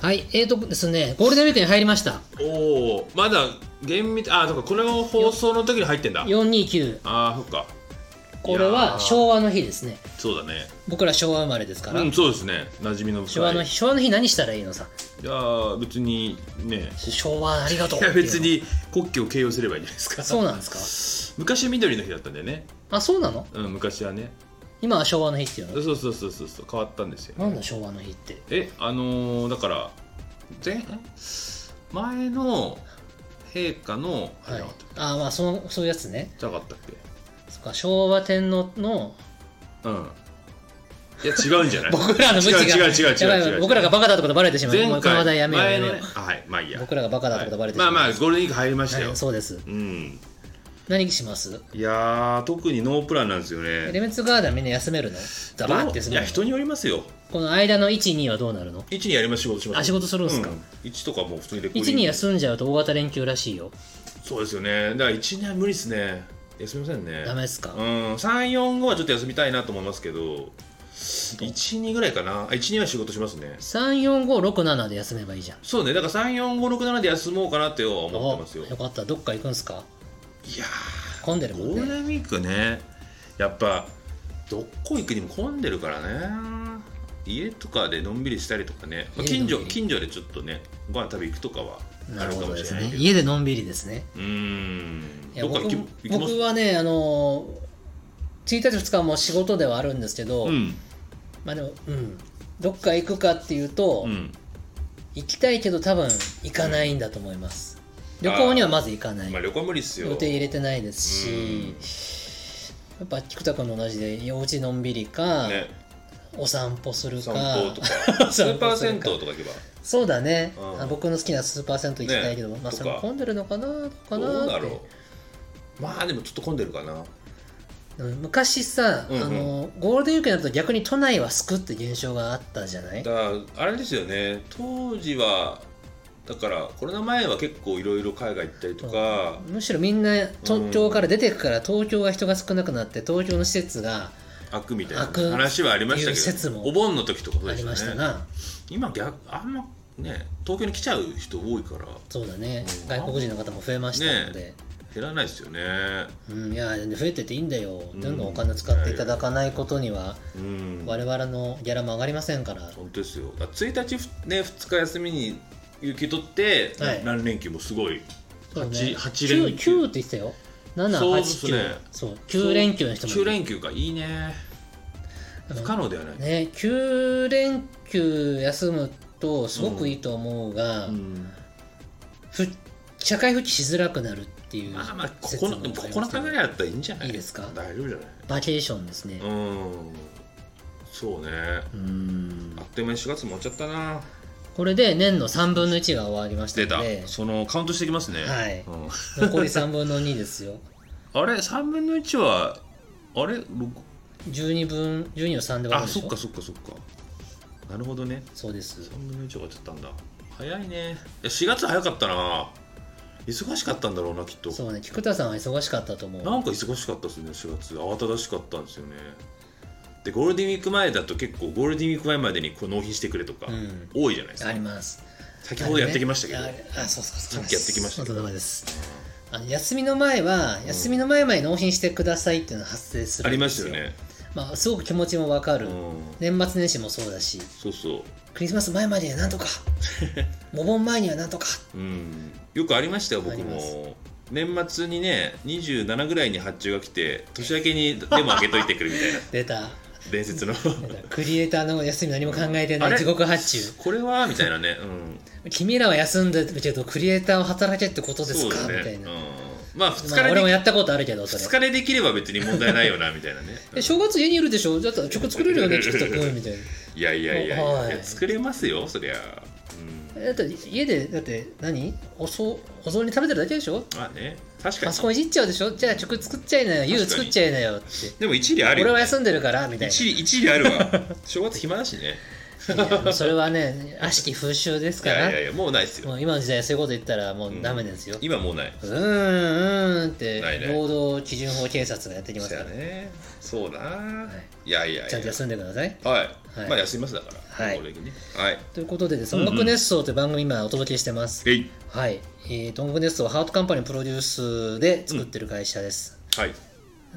はい、えーとですね、ゴールデンウィークに入りました。おおまだ厳密あだからこれを放送の時に入ってんだ429。ああそっかこれいやーは昭和の日ですね。そうだね僕ら昭和生まれですから。うんそうですね馴染みの深い昭和の日、昭和の日何したらいいのさ。いやー別に ね昭和ありがとういや別に国旗を形容すればいいんじゃないですか そうなんです昔緑の日だったんだよねかあ、そうなのうん昔はね今は昭和の日っていうのそうそうそうそうそう変わったんですよなんだ昭和の日って。えあのーだから前ん前の陛下のあはれいなかったっ。あ、まあ、その、そういうやつね。けじゃなかったっけそっか、昭和天皇のうんいや違うんじゃない 僕らの無知が。違う違う違う違うやばいやばい違う僕らがバカだってことバレてしまう。前もうこの話回題やめよう前やめのよ。ねあはいまあいいうや僕らがバカだってことバレてしままあう。まあゴールデンウィーク入りましたよ、はいそうです。うん何しますいやー特にノープランなんですよエねレメンツガーダーみんな休めるのザバーってすいるやの人によりますよこの間の1、2はどうなるの1にやりましょう仕事しましょうあ仕事するんすかうん、1とかもう普通にレコーディング ?1、2休んじゃうと大型連休らしいよ。そうですよねだから1年は無理ですね休みませんねダメですかうん345はちょっと休みたいなと思いますけど12ぐらいかな12は仕事しますね ?34567 で休めばいいじゃん。そうねだから34567で休もうかなって思ってますよおよかった。どっか行くんすかいや混んでるーもゴんールデね。ンウィークねやっぱどこ行くにも混んでるからね家とかでのんびりしたりとかね、まあ、家でのん近びり所近所でちょっとねご飯食べ行くとかはあなるるほかどもでしすれないね。けど家でのんびりですね。うーんいやどっか僕行き行きます僕はね、あのー、1日2日はもう仕事ではあるんですけど、うんまあでも、うん。どっか行くかっていうと、うん行きたいけど多分行かないんだと思います。旅行にはまず行かないまあ。旅行は無理っすよ予定入れてないですし、やっぱ菊田君と同じでおうちのんびりか、ねお散歩するか散歩と かス散ーパ歩ーする銭湯かとか行けばそうだね、うんあ僕の好きなスーパー銭湯行きたいけど、ねまあとそかれも混んでるのかなどうかなどうだってろうまあでもちょっと混んでるかなうん昔さ、うんうんあのゴールデンウィークになると逆に都内はすくって現象があったじゃないだからあれですよね当時はだからコロナ前は結構いろいろ海外行ったりとか、むしろみんな東京から出てくから東京が人が少なくなって東京の施設が開くみたいな開く話はありましっていうたけ説どもお盆の時とかそうあでりましすよたねな、今逆あんまね東京に来ちゃう人多いからそうだねうん外国人の方も増えましたので、減らないですよねうん、いや増えてていいんだよ、うんどんどんお金使っていただかないことには、うん我々のギャラも上がりませんから、本当ですよだから1日ふね2日休みに有給取って、はい何連休もすごいそうね八八九連休九って言ってたよそうですね789そう9連休の人もい9る連休かいいねあの不可能ではない、ね9連休休むとすごくいいと思うが、うんふ社会復帰しづらくなるっていうまあまあこ説こものありますけど9日ぐらいだったらいいんじゃないいいですか大丈夫じゃないバケーションですねうんそうねうんあっという間に4月も終わっちゃったなこれで年の3分の1が終わりました出のたでそのカウントしていきますねはいうん残り3分の2ですよあれ3分の1はあれ六12分12の3で終わるあでしょそっかそっかそっかなるほどねそうです3分の1終わっちゃったんだ早いねいや4月早かったな忙しかったんだろうなきっとそうね菊田さんは忙しかったと思うなんか忙しかったですね4月慌ただしかったんですよねでゴールデンウィーク前だと結構ゴールデンウィーク前までにこう納品してくれとかうん多いじゃないですか、あります先ほどやってきましたけど、あれねあれあそうそうそうさっきやってきましたけどお疲れ様ですあの休みの前は休みの前まで納品してくださいっていうのが発生するありんでますすよよねまあすごく気持ちもわかうる、ん年末年始もそうだしそうそクリスマス前までにはなん とかお盆前にはなんとかううんよくありましたよ僕ありまも年末にね27ぐらいに発注が来て年明けにでも開けといてくるみたいな 出た伝 説の出たクリエイターの休み何も考えてなあいれ地獄発注これはみたいなね、うん、君らは休んでるけどクリエイターを働けってことですそうか、だねみたいな、うん、まあ2日まあ、で俺もでやったことあるけどそれ二日でできれば別に問題ないよなみたいなね、うんえ正月家にいるでしょだったら曲作れるよね菊田君みたいな。いやいやいやいや、はいいや作れますよそりゃ、うん、だって家でだって何おそお雑煮食べてるだけでしょまあね確かパにソコンいじっちゃうでしょじゃあ曲作っちゃいなよ、かに YOU 作っちゃいなよって。でも一理ある俺 よは休んでるからみたいな。一理一理あるわ正月暇だしねいやも うそれはね悪しき風習ですいからやいやいやもうないですよもう今の時代そういうこと言ったらもうダメですよ、今もうないうん、ーんってないね労働基準法警察がやってきまそすうかやら、ねそうな、いい、やいやいやちゃんと休んでくださいはい、はいまあ休みますだからはいこれでねはいということでです、うんうん音楽熱奏という番組今お届けしてます、えいはい、えーと音楽熱奏はハートカンパニーのプロデュースで作ってる会社です、はい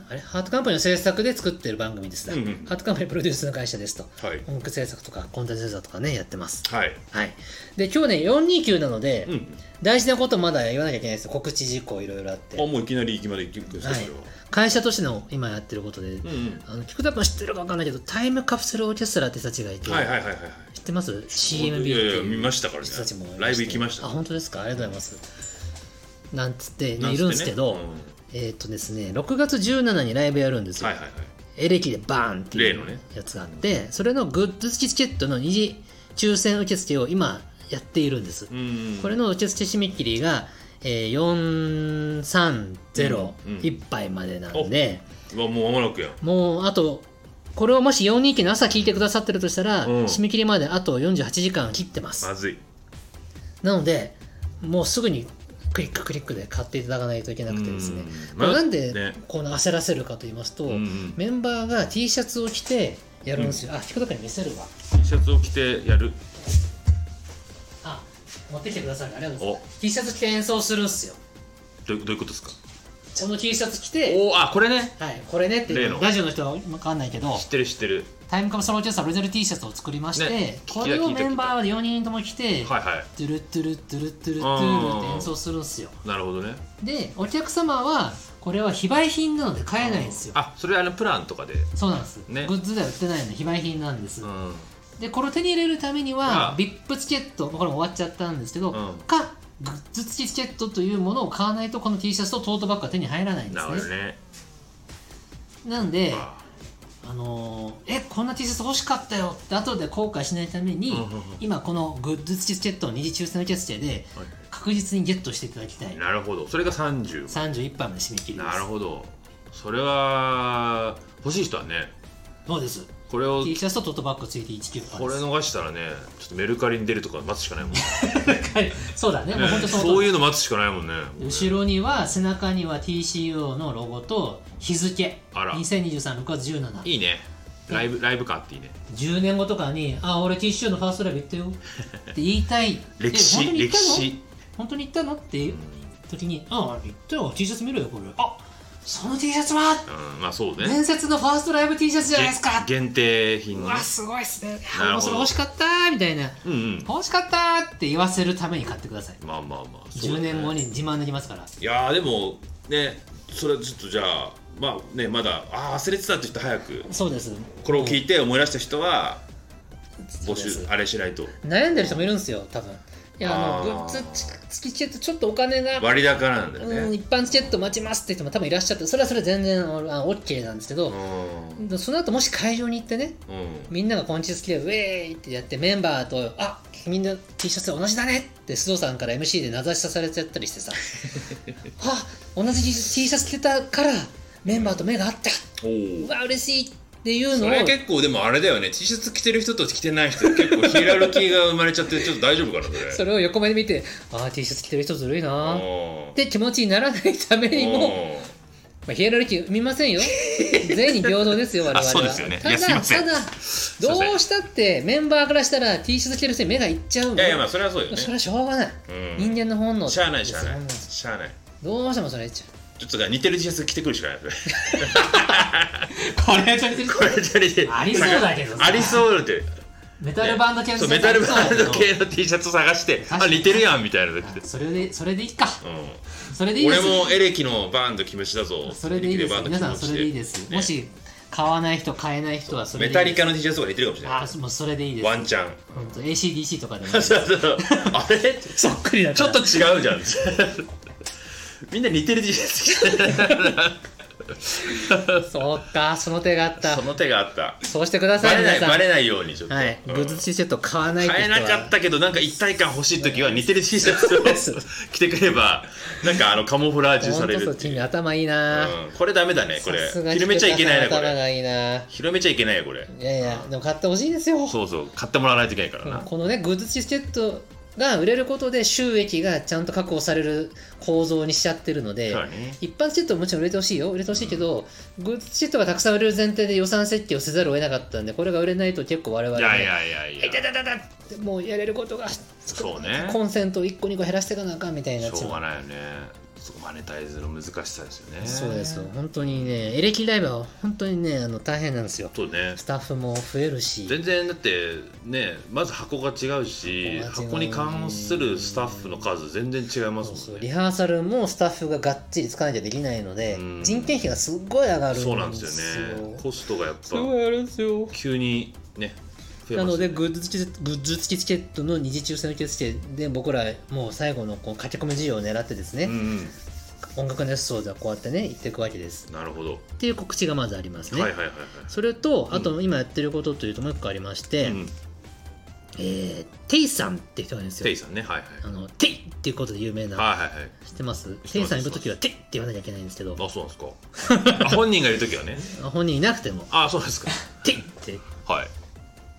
あれハートカンパニーの制作で作ってる番組ですな、うんうんハートカンパニープロデュースの会社ですとはい音楽制作とかコンテンツ制作とかねやってますはいはいで今日ね429なので、うん大事なことまだ言わなきゃいけないですよ告知事項いろいろあっあてもういきなりいきなり行くんですかそれは会社としての今やってることで、うんうんあの菊田君知ってるか分かんないけどタイムカプセルオーケストラって人たちがいて、はいはいはいはいはい知ってます CMB っていやいや見いうましたからね人たちもいライブ行きましたあね本当ですかありがとうございますなんつって、なね、いるんですけど、つってねえーっとですね6月17にライブやるんですうんよ、はいはいはいエレキでバーンってい例のうねやつがあって、それのグッズチケットの二次抽選受付を今やっているんです、うんこれの受付締め切りが、えー、430うんうんいっぱいまでなんで、うわもう間もなくやんもうあとこれをもし429の朝聞いてくださってるとしたら、うん締め切りまであと48時間切ってます、まずいなのでもうすぐにクリッククリックで買っていただかないといけなくてですねうんこれなんでねこの焦らせるかと言いますと、うんうんメンバーが T シャツを着てやるんですよ、あ聞くとかに見せるわ T シャツを着てやるあ持ってきてくださいありがとうございおます T シャツ着て演奏するんすよどういうどういうことですかその T シャツ着ておおあこれねはい、これねって例のラジオの人は分かんないけど知ってる知ってるタイムカプセルオーケストラオリジナル T シャツを作りまして、ね聞いたこれを聞いたメンバーで4人とも着て、はいはドゥルッドゥルッドゥルッドゥルッドゥルって演奏するんですよいなるほどねでお客様はこれは非売品なので買えないんですよあそれあのプランとかでそうなんです、ねグッズでは売ってないので非売品なんです、うんでこれを手に入れるためにあはあ VIP チケットまあこれも終わっちゃったんですけど、うんかグッズ付きチケットというものを買わないとこの T シャツとトートバッグは手に入らないんでなするほどねねなんで、ああのーえこんな T シャツ欲しかったよって後で後悔しないために、うんうんうん今このグッズ付きチケットを二次抽選受付では確実にゲットしていただきたいいなるほどそれが30 31杯まで締め切りですなるほどそれは欲しい人はねそうですこれを T シャツとトートバッグついて1キュッパこれ逃したらねちょっとメルカリに出るとか待つしかないもんね はいそうだねもう 本当その通りそういうの待つしかないもんね後ろには背中には TCO のロゴと日付あら2023 6月17いいねライブライブ感あっていいね10年後とかに「あ俺 TCO のファーストライブ行 ったよ」って言いたいえ歴本当史に行っ歴たの史本当に行ったのっていううん時に「ああ行ったよ T シャツ見ろよこれあその T シャツはうんまあそうね伝説のファーストライブ T シャツじゃないですか!」限定品うのねわすごいっすねほどあもうそれ欲しかったーみたいなうんうん欲しかったーって言わせるために買ってくださいまあまあまあそうだ10ね年後に自慢できますからいやーでもねそれはちょっとじゃあまあねまだあー忘れてたって人早くそうですこれを聞いて思い出した人はそ募うです集あれしないと悩んでる人もいるんですよ多分いやあのあグーッズ付きチケットちょっとお金が、割高なんだようん、ね一般チケット待ちますって人も多分いらっしゃってそれはそれで全然あオッケーなんですけうど、んその後もし会場に行ってねうんみんなが昆虫好きでウェーイってやってメンバーと「あみんな T シャツ同じだね」って須藤さんから MC で名指しさされちゃったりして さ「あ同じ T シャツ着てたからメンバーと目が合ったおうーわ嬉しい」っていうのそをれ結構でもあれだよね T シャツ着てる人と着てない人結構ヒエラルキーが生まれちゃってちょっと大丈夫かなそそれれを横目で見て「あー T シャツ着てる人ずるいなー」おって気持ちにならないためにも、ーまあ、ヒエラルキー見ません よ全員平等ですよ我々はあそうですよねたいだやすいませたんだいませんどうしたってメンバーからしたら T シャツ着てる人に目がいっちゃうのいやいやまあそれはそうよねそれはしょうがない、うん人間の本能しゃあないしゃあそんないのしゃあないどうしてもそれ言っちゃちょっとだから似てる T シャツ着てくるしかないうこれちょこれじゃ似てるありそうだけどさありそうだってメタルバンド系のそうメタルバンド系の T シャツ探して確かあに似てるやんみたいな時あでそれでそれでいいかうんそれでいいで俺すもエレキのバンドキムチだぞそれでいいでエレキバすンド皆さんキムチそれでいいです、もし買わない人買えない人はそれメでいタいリですカの T シャツとか似てるかもしれないあもうそれでいいですワンチャン 本当 ACDC とかでもそうそうあれそっくりだ ちょっと違うじゃんみんな似てる T シャツ着てるそうかその手があったその手があったそうしてくださバいレな皆いさんバレないようにちょっと、はい、グうんッズ T シャツを買わないって買え人はなかったけどなんか一体感欲しい時は似てる T シャ ツを着てくればなんかあのカモフラージュさ本れ当るそうってい君う、頭いいな、うん、これダメだねこれさすがに広めちゃいけないねこ頭れがいいな広めちゃいけないよこれいやいやでも買ってほしいですよそうそう買ってもらわないといけないからな、このねグッズチケットが売れることで収益がちゃんと確保される構造にしちゃってるので、そうだね一般チケットももちろん売れてほしいよ売れてほしいけど、グッズチケットがたくさん売れる前提で予算設計をせざるを得なかったんでこれが売れないと結構我々いねやいやいやいやいたたたたってもうやれることがそうねコンセント1個2個減らしていかなあかんみたいになっしちょゃうがうないよねそうマネタイズの難しさですよねそうですよ本当にねエレキライブは本当にねあの大変なんですよそうねスタッフも増えるし全然だってねまず箱が違うし箱が違う箱に関するスタッフの数全然違いまそうすそもうんリねハーサルもスタッフががっちり使わなきゃできないのでうん人件費がすっごい上がるんですよそうなんですよねコストがやっすぱごい上がるんですよ急にね増えなますのよねでグッズ付きグッズ付きチケットの二次抽選受付チケットで僕らもう最後のこう駆け込み需要を狙ってですね、うん音楽の演奏ではこうやってね行っていくわけですうんなるほどっていう告知がまずありますね、はいはいはいはいそれとうんあと今やってることというともう一個ありまして、うんえーテイさんって人がいるんですテイよさんねはいはいあのテイっていうことで有名な、はいはいはい知ってますますテイさんいるときはテイって言わなきゃいけないんですけどあそうなんですかあ本人がいる時はね本人いなくてもあそうなんですかテイってはい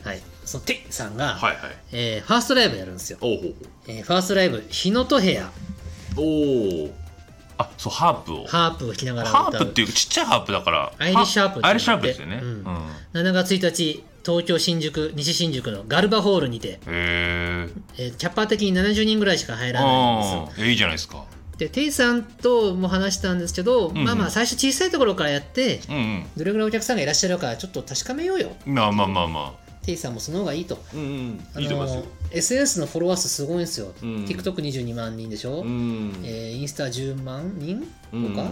はいそのテイさんが、はいはいえーファーストライブやるんですよ、おうほうえーファーストライブ「日のと部屋ほうおーあそうハープを」ハープを弾きながら歌うハープっていうかちっちゃいハープだからアイリッシュハープっていうのがあってアイリッシュハープですよね、ううんん7月1日東京新宿西新宿のガルバホールにて、へええーキャパ的に70人ぐらいしか入らないんですよああいいじゃないですかでテイさんとも話したんですけど、んうんまあまあ最初小さいところからやってうんどれぐらいお客さんがいらっしゃるかちょっと確かめようようんまあまあまあまあテイさんもその方がいいと、うんあのうんいいと思いますよ SNS のフォロワー数すごいんですよ、うん TikTok22 万人でしょ、うんえーインスタ10万人とうんうんか、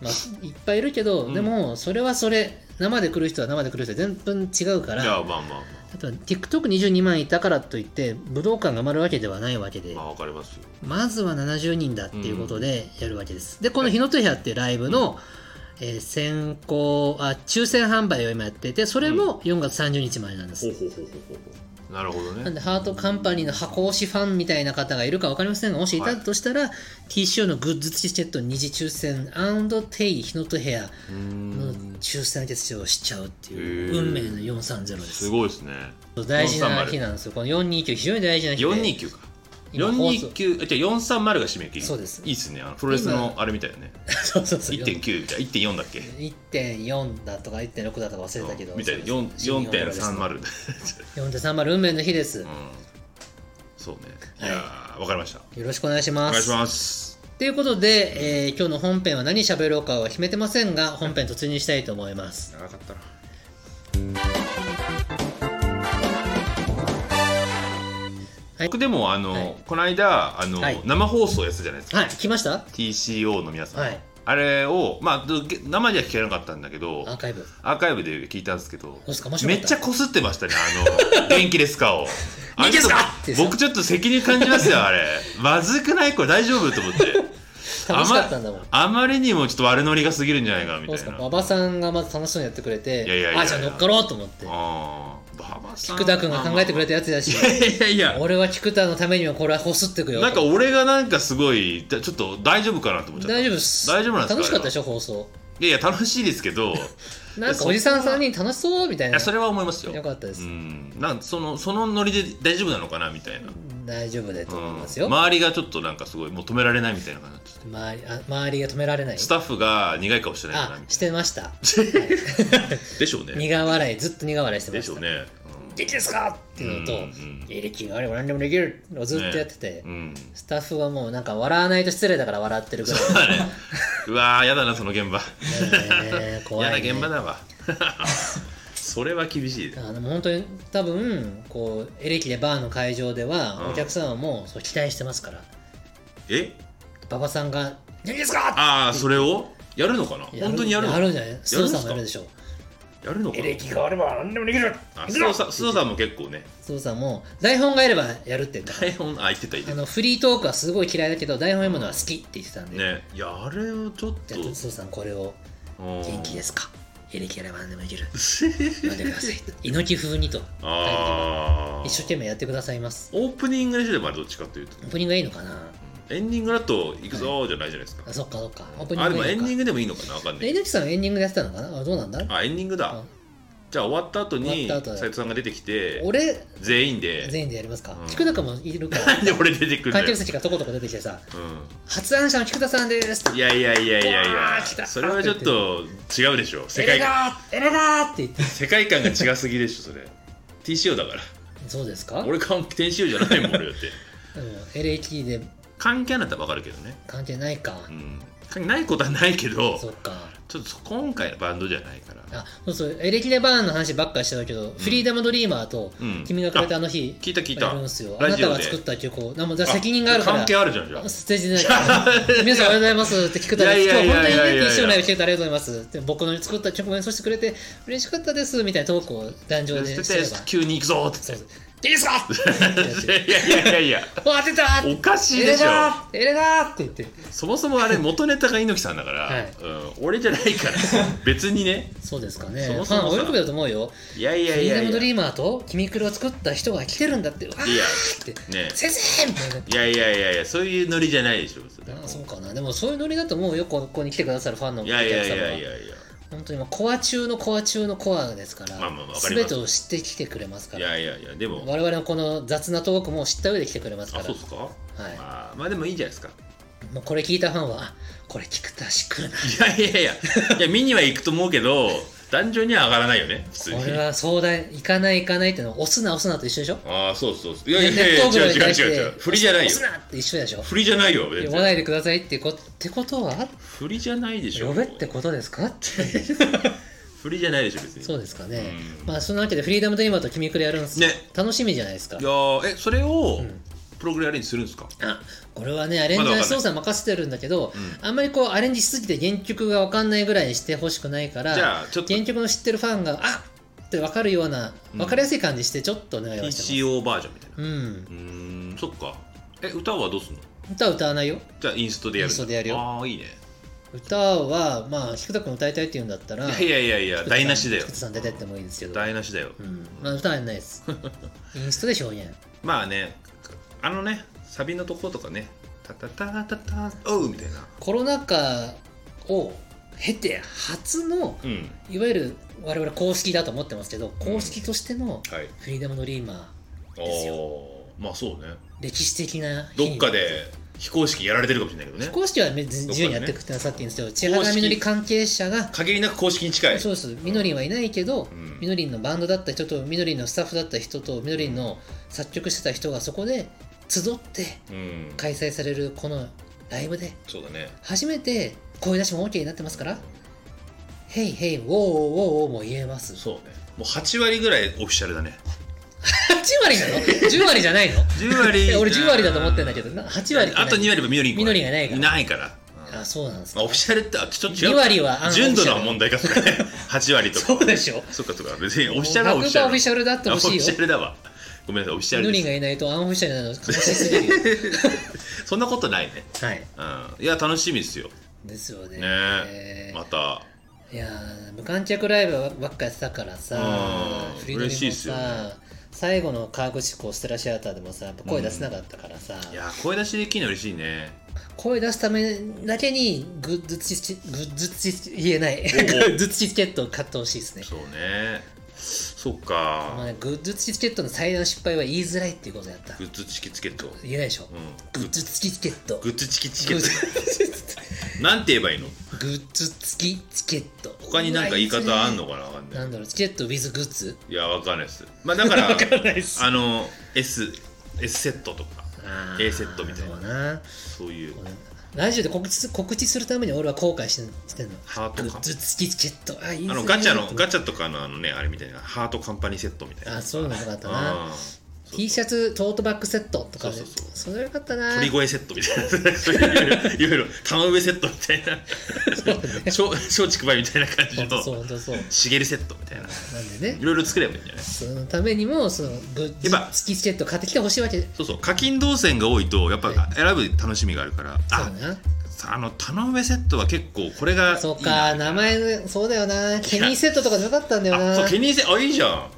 まあ、いっぱいいるけど、うんでもそれはそれ生で来る人は生で来る人は全然違うかいやまらあまあまああとは TikTok22 万いたからといって武道館が埋まるわけではないわけで、まあわかりますよまずは70人だっていうことでやるわけです。で、この日の手部屋っていうライブの、えー先行あ、抽選販売を今やってて、それも4月30日までなんです。ほうほうほうほうほうなるほどなんねで、ハートカンパニーの箱推しファンみたいな方がいるか分かりませんが、もしいたとしたら、TCO のグッズチケット二次抽選テイ日の手部屋うのん抽選決勝をしちゃうっていへう、ー運命の430ですす。ごいですね大事な日なんですよ。この429、非常に大事な日で。 429か今放送429あじゃあ430が締め切りそうですいいっすねあのプロレスのあれみたいなねそうそうそう。 1.9みたいな1.4だっけ1.4だとか1.6だとか忘れたけど、みたいなそう4です4.30 4.30運命の日です、うんよそうねいはいやーわかりましたろしくお願いしおま願いすしますということで、えー今日の本編は何喋ろうかは決めてませんが本編突入したいと思います長かったなはい僕でもあの、はいこの間あの、はい生放送やってたじゃないですか、はい来ました TCO の皆さん、はいあれを、まあ、ど生では聞けなかったんだけどアーカイブアーカイブで聞いたんですけどうですか面白めかっっちゃたこすってましたねあ の「元気ですか?」を。あ元れ気ですかちょっとってさ僕ちょっと責任感じますよあれまずくないこれ大丈夫と思って楽しかったんだもんあまりにもちょっと悪ノリが過ぎるんじゃないかなみそうですたいかな馬場さんがまず楽しそうにやってくれていやいやいやいやあじゃあ乗っかろうと思ってああ馬場さん菊田君が考えてくれたやつだ しいやいやいや俺は菊田のためにはこれはほすってくよなんか俺がなんかすごいだちょっと大丈夫かなと思っちゃった大丈夫っす大丈夫なんですか楽しかったでしょょ放送いやいや楽しいです けどいなんかおじさん3人楽しそうみたいなやそれは思いますよよかったですうんなんそのそのノリで大丈夫なのかなみたいな、大丈夫だとう思いんますよ、周りがちょっとなんかすごいもう止められないみたいな感じになっちゃっ周りあ周りが止められないてスタッフが苦い顔してないかなあみたしいてましたなでしょうね苦笑いずっと苦笑いしてまでししょたうねできですかっていうのと、エレキがあれば何でもできるをずっとやってて、うん、 うんスタッフはもうなんか笑わないと失礼だから笑ってる ぐらいそうだねうわーやだなその現場ねえ怖、嫌ないね、現場 だわそれは厳しいあの本当に多分こうエレキでバーの会場ではうんお客さんはもうそう期待してますからえ馬場さんが「元気ですか?ああそれをやるのかな」本当にやるのやるんじゃない須藤さんもややるるんでしょうやるのかエなレキがあれば何でもできるあ行須くぞ藤さん須藤さんも結構ね須藤さんも台本がいればやるって言ったから台本あ言ってた言ってあたのフリートークはすごい嫌いだけど台本読むのは好きって言ってたんで、ねいやあれをちょっとじゃあ、そうさんこれをおー元気ですかエレキなら何でもいける読んでく ださい猪木風にと ああ一生懸命やってくださいますオープニングにすればどっちかというとオープニングがいいのかなエンディングだと行くぞーじゃないじゃないですか、あそっかそっかオープニあンでグもがいエいンのかディングでもいいのかなわかんないえ猪木さんエンディングでやってたのかなあどうなんだあエンディングだあじゃあ終わった後に終わった後だ斉藤さんが出てきて俺全員で全員でやりますかうん菊田もいるから なんで俺出てくるんだ観よ客、席がとことこ出てきてさう発案者の菊田さんですん、いやいやいやいやいうわやー来たそれはちょっと違うでしょ世エレ界ガーエレガーって言って世界観が違すぎでしょそれ TCO だからそうですか俺関 TCO じゃないもん俺だ ってエレキで関係あなたら分かるけどね関係ないかうん関係ないことはないけどそっかちょっと今回のバンドじゃないからあそうそうエレキでバーンの話ばっかりしてたけど、フリーダムドリーマーとうん君がくれたあの日聞いた聞いやたるんですよあラなジたオがで作った曲をなもうだから責任があるから関係あるじゃんじゃあステージで 皆さんおはようございますって聞くたらい今やいやい日本当やいにやいやね一緒にライブしてくれてありがとうございますで僕の作った曲を演奏してくれて嬉しかったですみたいなトークを壇上でそすればして急に行くぞーってそうそういいですかい やいやいやいやわ当てたおかしいエでレしょガーエレガーって言ってそもそもあれ元ネタが猪木さんだから、はいうん、俺じゃな いから別にねそうですかねそもそもさファンは喜びだと思うよいやいやフいリーやダムいドやリーマーと君くるを作った人が来てるんだってうわーいやってね先生みたいなえいやいやいやいやそういうノリじゃないでしょそれあそうかなでもそういうノリだと思うよこここに来てくださるファンのおい客やいやい様やはいやいや本当にもうコア中のコア中のコアですから、まあまあまあわかり全ますてを知ってきてくれますかいらやいやいやでも我々のこの雑なトークも知った上で来てくれますかあらそうですか、はいまあまあでもいいじゃないですかもうこれ聞いたファンはあこれ菊田氏来るないやいやいやいや見には行くと思うけど壇上には上がらないよね普通にこれは壮大行かない行かないってのは押すな押すなと一緒でしょああそうそうそういやいやいネやット違う違う対して違う違う振りじゃないよ押すなって一緒でしょ振りじゃないよ全呼然ばないでくださいってこってことは振りじゃないでしょ呼べってことですかって振りじゃないでしょ別にそうですかね、うんまあそのわけでフリーダムドリーマーと君くれやるんです、ね楽しみじゃないですかいやーえそれをうんプログラムにするんですか、あこれはねアレンジまだわはかんない操作任せてるんだけど、うあんまりこうアレンジしすぎて原曲が分かんないぐらいにしてほしくないからじゃあちょっと原曲の知ってるファンがあっって分かるようなうん分かりやすい感じしてちょっとお願いはしてま TCO バージョンみたいなす、うんう、ーんそっかえ歌はどうすんの歌は歌わないよじゃあインストでやイるンストでやるよああいいね歌はまあ菊田君歌いたいって言うんだったらいやいやいやいや菊田さん台無しだよ菊田さん出てってもいいですけど、台無しだよ、うんまあ、歌はやんないです インストで表現まあねあのねサビのとことかねタタタタタおうみたいなコロナ禍を経て初のうんいわゆる我々公式だと思ってますけど公式としてのはいフリーダムドリーマーですよおーまあそうね歴史的な日どにっかで非公式やられてるかもしれないけど非ね公式は別に自由にやってくださっていいんですけど千原みのり関係者が限りなく公式に近いそうですみのりんはいないけどうんみのりんのバンドだった人とみのりんのスタッフだった人とみのりんの作曲してた人がそこで集ってうん開催されるこのライブでそうだね初めて声出しも OK になってますから「ヘイヘイウォーウォーウォー」も言えますそうねもう8割ぐらいオフィシャルだね8割なの ?10 割じゃないの10割いや俺10割 だと思ってんだけどな8割あと2割はみのりんみのりんがいないからいないからうんあそうなんですまかあオフィシャルってあちょっと違う2割はアンオフィシャル純度の問題かそれ 8割とかそうでしょそっかそっか別にオフィシャルはオフィシ100%ャオルフィシャルだってあほしいオフィシよャルだわごめんなさいオフィシャヌルリンでがいないとアンオフィシャルなの悲しす ぎるよすそんなことないねはいうんいや楽しみですよですよねねえまたいやー無観客ライブばっかやってたからさうんフリードリ嬉しいーっもすよさ、ね最後の川口湖ステラシアターでもさやっぱ声出せなかったからさ、いや声出しできるの嬉しいね声出すためだけにグッズチチグッズチ言えないグッズチケットを買ってほしいですねそうねそっまあかね、グッズチケットの最大の失敗は言いづらいっていうことやったグッズチキチケットうん言えないでしょ、グッズ付きチケットグッズチキチグケッッズトなんて言えばいいのグッズ付きチケット他になんか言い方あんののかなわかんないなんだろうチケット with グッズいや、わかんないです。まあ、だから、わかんないっすあの、S、S セットとか、A セットみたいそうな、なそういう、ラジオで告知す告知するために俺は後悔してんしてんのハーグトカッンズ付きチケットあいいですあの、ねガチャの、ガチャとかの、あのね、あれみたいな、ハートカンパニーセットみたいな。あそういうのなかったなあー T シャツトートバッグセットとかでそうそうそうそれよかったな鳥越セットみたいな、そういう、いろいろ、玉植えセットみたいな、松松竹梅みたいな感じ本当そうの、本当そうしげるセットみたいな、なんでねいろいろ作ればいいんじゃないそのためにもそのグッズやっぱ付きチケット買ってきてほしいわけそうそう、課金動線が多いと、やっぱ選ぶ楽しみがあるから、そうだあなさあの田上セットは結構これがいいなそっか名前そうだよなケニーセットとかなかったんだよあなそうケニーセあいいじゃん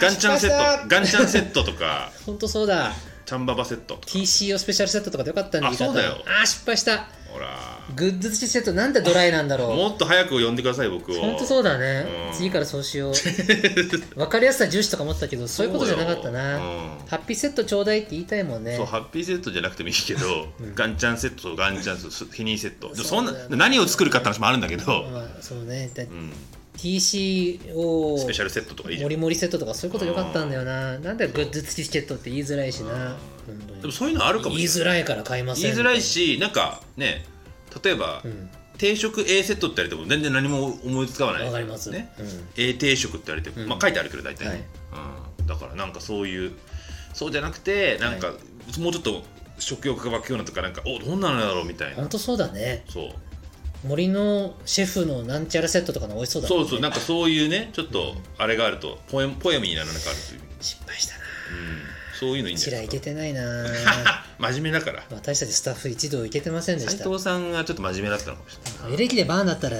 ガンチャンセットガンチャンセットとかト 本当そうだチャンババセットとか TCO スペシャルセットとかでよかったんであそうだよあー失敗したほらグッズセットなんでドライなんだろうもっと早く呼んでください僕を本当そうだね、うん次からそうしよう 分かりやすさ重視とか思ってたけどそういうことじゃなかったな、そうようんハッピーセットちょうだいって言いたいもんねそうハッピーセットじゃなくてもいいけど、んガンチャンセットとガンチャンセットヘニーセットでもそんなそうだよね何を作るかって話もあるんだけど、まあ、そうねだうん TCO スペシャルセットとかいいじゃモんリモリセットとかそういうことよかったんだよななんだよグッズ付きチケットって言いづらいしな本当にでもそういうのあるかもし言いれづないらいから買いません言いづらい、しなんかね例えば、うん、定食 A セットって言われても全然何も思いつかわないわかります、ねうん、 A 定食って言われても、うんまあ書いてあるけど大体、はうん、だからなんかそういうそうじゃなくてなんか、もうちょっと食欲が湧くようなとかなんかおどんなのだろうみたい本な当そうだねそう森のシェフのなんちゃらセットとかの美味しそうだもんそねうそうなんかそういうねちょっとあれがあるとポエムポエムにならなくあるという、失敗したなうん、そういうのいいんじちゃならいいでけすてかないな 真面目だから私たちスタッフ一同いけてませんでし斉た藤さんがちょっと真面目だったのかもしれエないレキでバーンだったら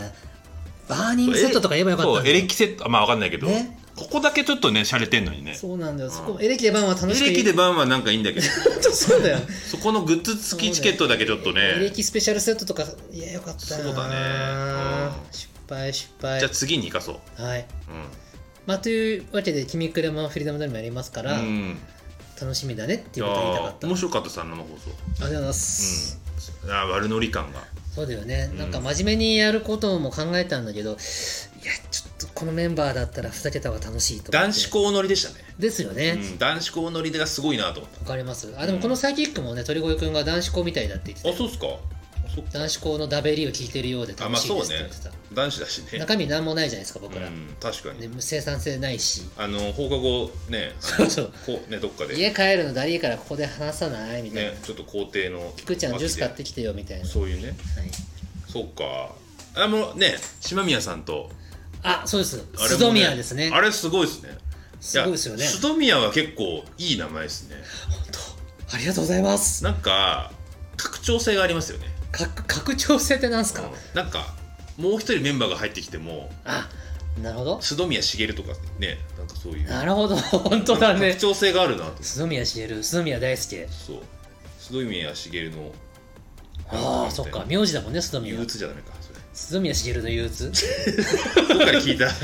バーニングセットとか言えばよかったそうエレキセットあまあわかんないけど、ねここだけちょっとね洒落てんのにねそうなんだよそこうんエレキでバーンは楽しエくレ キでバンはなんかいいんだけど本当そうだよそこのグッズ付きチケットだけちょっとエレねキスペシャルセットとかいやよかったなそうだねうん失敗失敗じゃあ次に生かそう、はいうんまあというわけで「君くれもフリーダムドリーム」やりますから、うん、楽しみだねっていいうやことを言いたかっーた面白かったさ生放送、ありがとうございます、うん、あー悪ノリ感がそうだよね、うんなんか真面目にやることも考えたんだけどいやちょっとこのメンバーだったらふざけた方が楽しいと思って男子校ノリでしたねですよね、うん、男子校ノリがすごいなと思っわかりますあでもこのサイキックもね鳥越くんが男子校みたいだって言ってたあたそうっすかそっか男子校のダベリを聞いてるようで楽しいですって言ってた、男子だしね中身なんもないじゃないですか僕ら、うん、確かに、ね、生産性ない しあの放課後ねそうそうこうねどっかで家帰るのだりいからここで話さないみたいな、ねちょっと校庭の菊ちゃんジュース買っ脇てきてよみたいでな、そういうねはい、そうかあもうね島宮さんとあそうですあれもねスドミアですねあれすごいですねすごいですよねやスドミアは結構いい名前ですね本当ありがとうございますなんか拡張性がありますよねか拡張性ってなんすか、なんかもう一人メンバーが入ってきてもあなるほど須戸宮茂とかねなんかそういうなるほど 本当だね拡張性があるなとスドミアシエルスドミア大輔そう須戸宮茂のああそっか名字だもんねスドミア憂鬱じゃダメかそれスドミアシエルの憂鬱どっかで聞いた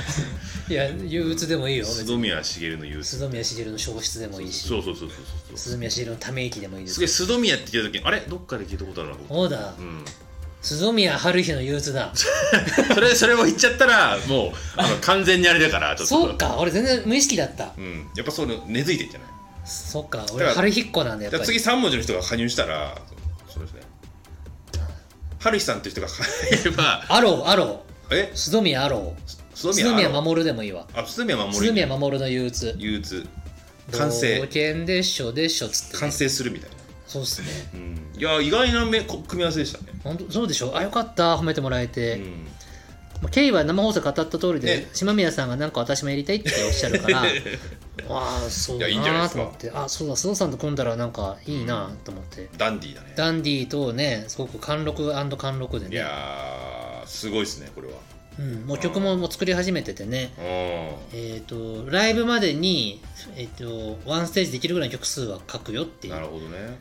いや、憂鬱でもいいよ。別須に戸宮茂の憂鬱鈴宮茂の消失でもいいし、そうそうそうそうそうそう鈴宮茂のため息でもいいですすげえ。須戸宮って聞いた時にあれどっかで聞いたことあるな僕そうだう、ん、鈴宮春日の憂鬱だ。それそれを言っちゃったらもう あの完全にあれだからちょっそとうか、俺全然無意識だった。うん、やっぱそういうの根付いてんじゃないそっか、だ俺から春日っ子なんだやっじゃあぱ次り。 3文字の人が加入したらそうですねはるひさんっていう人が入れ ばアロー、アロえー、鈴宮アロー。須鈴宮守守るでもいいわ。あ須宮守鈴宮守るの憂鬱。憂鬱完成冒険でっしょでっしょっつってね、完成するみたいな、そうっすね。うん、いや意外なめこ組み合わせでしたね、本当そうでしょあ、よかった、褒めてもらえうて。ん、まあ、ケイは生放送語った通りで、ね島宮さんがなんか私もやりたいっておっしゃるから ああそうだいやいいんじゃないなーですとか思ってあそうだ須藤さんと組んだらなんかいいなーと思って、ダンディーだねダンディとねすごく貫禄貫禄でいね、やーすごいですねこれはうん、もう曲ももう作り始めててねうえっ、とライブまでに、えー、とワンステージできるぐらいの曲数は書くよってんいなるうほどね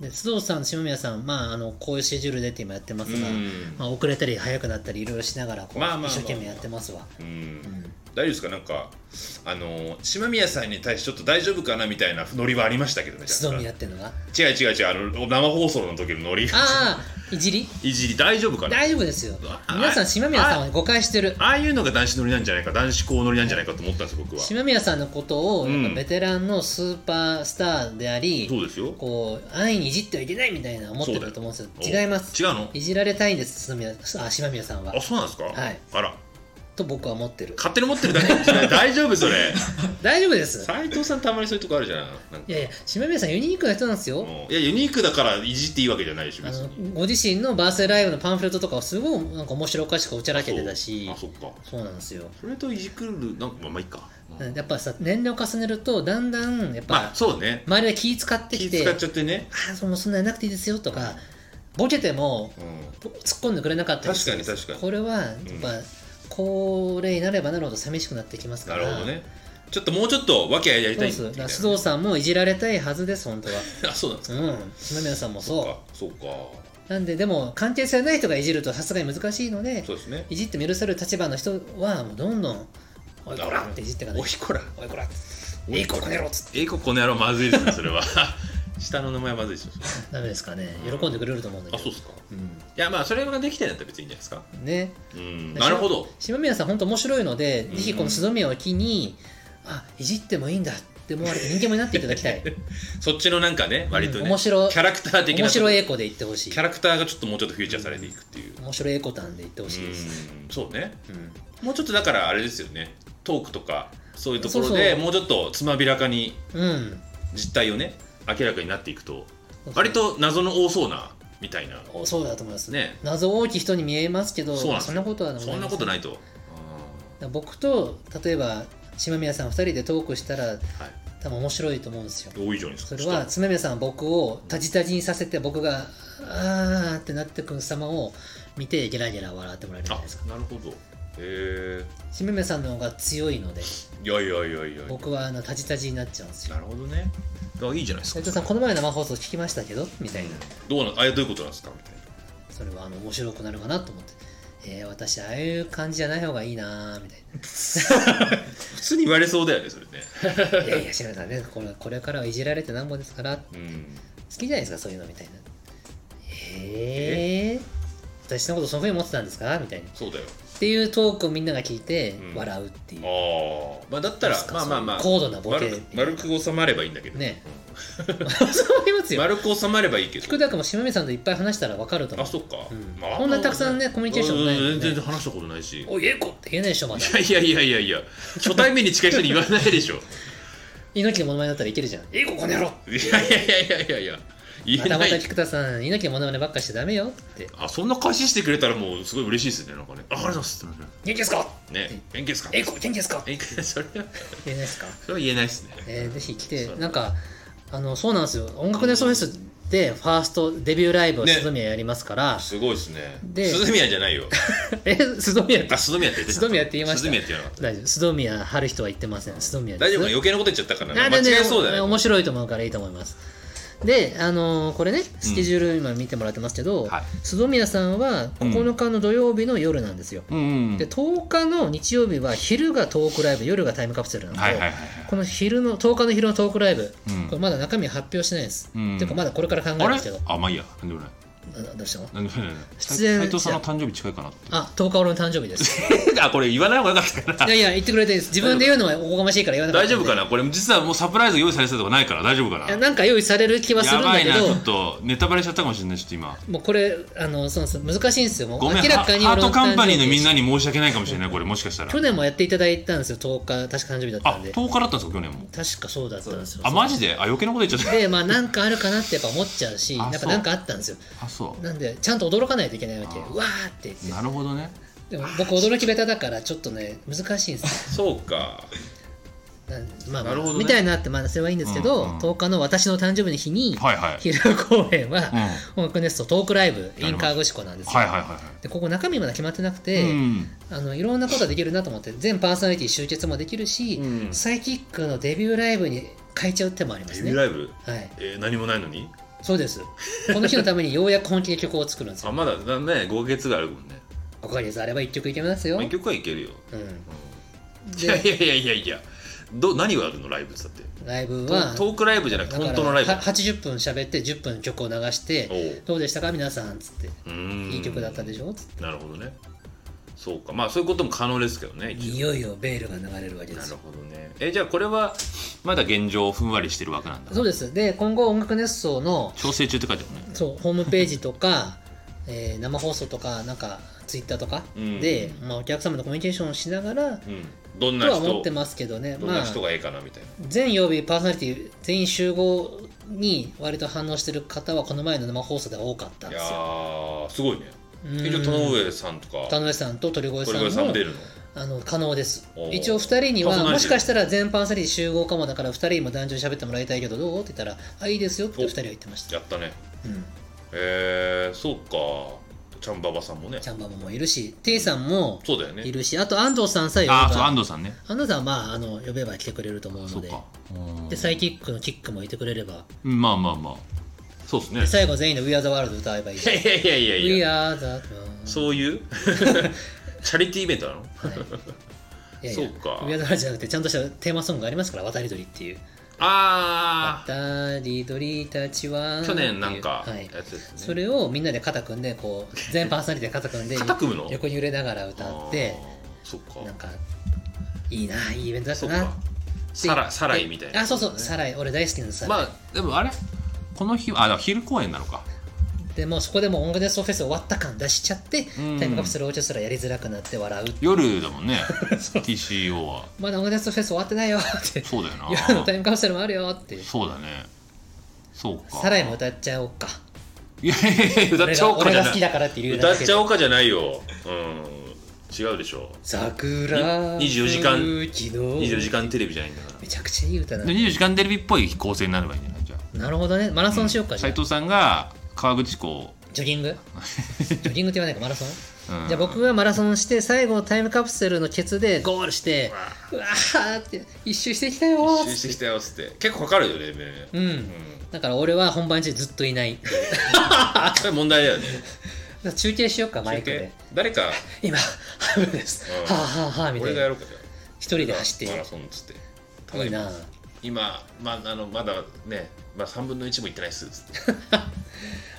で須藤さん島宮さんまああのこういうスケジュールでって今やってますが、うんまあ、遅れたり早くなったりいろいろしながらこう、まあまあまあ一生懸命やってますわ、うんうん大丈夫ですかなんかあのー島宮さんに対してちょっと大丈夫かなみたいなノリはありましたけどね須藤若干宮っていうのが違う違う違うあの生放送の時のノリああ、いじりいじり大丈夫かな大丈夫ですよあ。皆さん、島宮さんは誤解してる。ああいうのが男子ノリなんじゃないか男子校ノリなんじゃないかと思ったんです僕はそ島宮さんのことを、うんやっぱベテランのスーパースターであり、うですよこう、安易にいじってはいけないみたいな思ってると思うんですよ。違います。違うのいじられたいんです、須宮あ島宮さんはあ。そうなんですか、はいあらと僕は思ってる。勝手に持ってるだけかもし れない大丈夫それ大丈夫です。斉藤さんたまにそういうとこあるじゃんなんかいやいや、島宮さんユニークな人なんですよ。もういやユニークだからいじっていいわけじゃないでしょあ別のにご自身のバースデーライブのパンフレットとかをすごいなんか面白おかしくおちゃらけてたしあそうあそっかそうなんですよそれといじくるなんかまあまあいいか、うんやっぱさ年齢を重ねるとだんだんやっぱ、まあそうね周りが気使って気きて使っちゃってねあーそのそんなんやんなくていいですよとか、ボケてもう突んっ込んでくれなかったりするんですよ確かに確これはやっぱ、う高齢になればなるほど寂しくなってきますかならるほどねちょっともうちょっと訳あやりそうたいでんすだからだ須藤さんもいじられたいはずです本当はあそうなんですかうん篠宮さんもそうそうかなんででも関係性ない人がいじるとさすがに難しいのでそうですねいじっても許せる立場の人はもうどんどん「おいこなるら!」ほどっていじってかないおいこらおいこら!」えいここの野郎っつっえいここの野郎まずいですねそれは 下の名前はまずいですよそれダメですかね喜んでくれると思うんだけあどそうっすかうんいやまあそれができてんだったら別にいいんじゃないですかねうん私はなるほど島宮さん本当面白いので、うんぜひこの須宮を機にあいじってもいいんだって 思われて人間もになっていただきたいそっちのなんかね 割とうんね面白いキャラクター的な面白いエコで言ってほしいキャラクターがちょっともうちょっとフィーチャーされていくっていう面白いエコタンで言ってほしいです、うんそうねうんもうちょっとだからあれですよねトークとかそういうところそうでそうもうちょっとつまびらかにうん実態をね明らかになっていくと割と謎の多そうなみたいなおそうだと思いますねね謎多き人に見えますけどそうなんですよんなことはそんなことないいと僕と例えば島宮さん2人でトークしたらはい多分面白いと思うんですよ多いじゃないですそかれは妻宮さんは僕をタジタジにさせて僕があーってなってくる様を見てゲラゲラ笑ってもらえるじゃあないですかなるほどへえ島宮さんの方が強いのでいやいやいやいや僕はあのタジタジになっちゃうんですよなるほどねあいいじゃないですか斉藤さんこの前の生放送聞きましたけどみたいなどうなんあれどういうことなんですかみたいなそれはあの面白くなるかなと思ってえー、私ああいう感じじゃない方がいいなーみたいな 普通に言われそうだよねそれねいやいや、しめさんね、これこれからはいじられてなんぼですから、好うんきじゃないですか、そういうのみたいな。えー、私のことそのふうに思ってたんですかみたいな。っそうだよていうトークをみんなが聞いてう、ん笑うっていう。ああまあだっどたらうですかまあまあまあそういう高度なボケ丸く丸く収まればいいんだけどねう んそう思いますよ。丸く収まればいいけど菊田君も島見さんといっぱい話したら分かると思あう。そっか、うんまあこんなたくさんねコミュニケーションないもんねうん全然話したことないしおい、えこって言えないでしょ、まだ。いやいやいやいやいや初対面に近い人に言わないでしょ猪木のモノマネだったらいけるじゃん。えこ、この野郎いやいやいやいやいやいや言まえたなまたい菊田さん、猪木のモノマネばっかしてダメよって。あそんな返ししてくれたらもうすごい嬉しいですねなんかねあありがとうございますって元気ですかね元気ですかえこ、元気ですかえそれは言えないですかそれは言えないですねえーぜひ来そてうなんかあのそうなんですよ音楽ネソフェスでファーストデビューライブをね鈴宮やりますから、すごいですねで鈴宮じ ゃないよえ鈴宮ってあ鈴宮って言ってた鈴宮って言いました鈴宮って言わなかっ大丈夫鈴宮春人は言ってません鈴宮たで大す丈夫か余計なこと言っちゃったからあ間でね違えそうだね面白いと思うからいいと思いますであのーこれねスケジュール今見てもらってますけど、はい鈴宮さんは9日の土曜日の夜なんですよ、うんで10日の日曜日は昼がトークライブ夜がタイムカプセルなんで、はいはいはいはいこの昼の10日の昼のトークライブ、うんこれまだ中身発表してないです、うんていうかまだこれから考えるあんれですけどあまあいいやなんでもないあどうしたのなんでもない出演斉藤さんの誕生日近いかなってあ10日俺の誕生日です あこれ言わない方がよかった かいなやいや言ってくれていいです自分で言うのはおこがましいから言わなかっ 大た丈んで夫かなこれ実はもうサプライズ用意されてたとかないから大丈夫かないやなんか用意される気はするんやばだいけなちょどっとネタバレしちゃったかもしれないちょっと今もうこれあのそうそう難しいんですよもうごめん明らかにハハートカンパニーのみんなにに申し訳ないかもしれないこれもしかしたら去年もやっていただいたんですよ10日確か誕生日だったあんで10日だったんですか去年も確かそうだったんですよあマジであ余計なこと言っちゃっでまあなんかあるかなってやっぱ思っちゃうしあやっぱそうなんかあったんですよたあそなんでちゃんと驚かないといけないわけあーうわーって言ってうなるほどねでも僕驚き下手だからちょっとね難しいんですよそうかなんまあまなあるほどねみたいなってまあそれはいいんですけど、うんうん10日の私の誕生日の日に、はいはい昼公演はうん、はい音楽ネストトークライブます in 川口湖なんですよ、はいはいはいでここ中身まだ決まってなくて、うんあのいろんなことができるなと思って全パーソナリティ集結もできるし、うんサイキックのデビューライブに変えちゃう手もありまデすビュねーライブはいえー何もないのにそうですこの日のためにようやく本気で曲を作るんですあよまだだね5ヶ月 があるもんね5ヶ月あれば1曲いけますよ、まあ一曲はいけるようん、いやいでやいやいやいやど何があるのライブってだってライブトはートークライブじゃなくてだから本当のライブは80分喋って10分曲を流しておうどうでしたか皆さんっつってうーんいい曲だったでしょつってなるほどねそうかまあそういうことも可能ですけどねい一応よいよベールが流れるわけでなするよほどねえじゃあこれはまだ現状ふんわりしてる枠なんだそうですで今後音楽熱奏の調整中って書いてあるねそうホームページとか、 えー生放送とかなんかツイッターとかうんで、まあ、お客様とコミュニケーションをしながらうんどんとなは思っ人てますけどねどんまなあ人がええかなみたいな全曜日パーソナリティ全員集合に割と反応してる方はこの前の生放送では多かったんいでやすよーすごいねうん一応田上さんとか田上さんと鳥越鳥さん越さんもも出るのあの可能ですおー一応2人にパーソはナリティもしかしたら全パーソナリティ集合かもだから2人も男女に喋ってもらいたいけどどうって言ったら「あいいですよ」って2人は言ってました、やったねうんえー、そうかちゃんばばさんもねちゃんばばもいるし、テイさんもそうだよねいるし、あと安藤さんさえ呼べばああそう安藤さんね安藤さんはまああの呼べば来てくれると思うそのうでかうんでサイキックのキックもいてくれればうんまあまあまあそうですね最後全員で「We Are the World」歌えばいいじゃんいやいやいやいやい We や Are the World そういうチャリティーイベントなのいやいやそうか We Are the World じゃなくてちゃんとしたテーマソングがありますから「渡り鳥」っていうあ渡り鳥たちはあ去年なんはかいやつですね、それをみんなで肩組んでこう全パーソナリティで肩組んで 肩組むの横に揺れながら歌ってあーそっかなんかいいないいイベントだっそたなっかサラサライみたいな、あそうそうサライ俺大好きなのサライ、まあでもあれこの日はあだから昼公演なのかでもうそこでもう音楽熱奏フェス終わった感出しちゃって、うんタイムカプセル落ちすらやりづらくなって笑う夜だ もんね TCO はまだ音楽熱奏フェス終わってないよってそうだよな夜のタイムカプセルもあるよってそうだねそうかサライも歌っちゃおうかいやいやいや歌っ俺ちゃおがうか俺じゃがな好きいだからっていう理由歌だっけちゃでおうかじゃないようん違うでしょ桜に24時間吹雪の24時間テレビじゃないんだからめちゃくちゃいい歌だでな24時間テレビっぽい構成になればいいんじゃないじゃなるほどねマラソンしようかあじゃ斎あ藤さんが川口湖ジョ ギングジョギングって言わないかマラソンうんじゃあ僕がマラソンして最後のタイムカプセルのケツでゴールしてうわーって一周してきたよー出資してきたよっつって結構かかるよねねうん、だから俺は本番中ずっといないあそれ問題だよね中継しようかマイクで中継誰か今ハブです、うんはあはあはあみた俺いがやなろうかじゃあ一人で走ってマラソンっつってただいい今な今、まあ、あのまだね、まあ、3分の1も行ってないっすっつって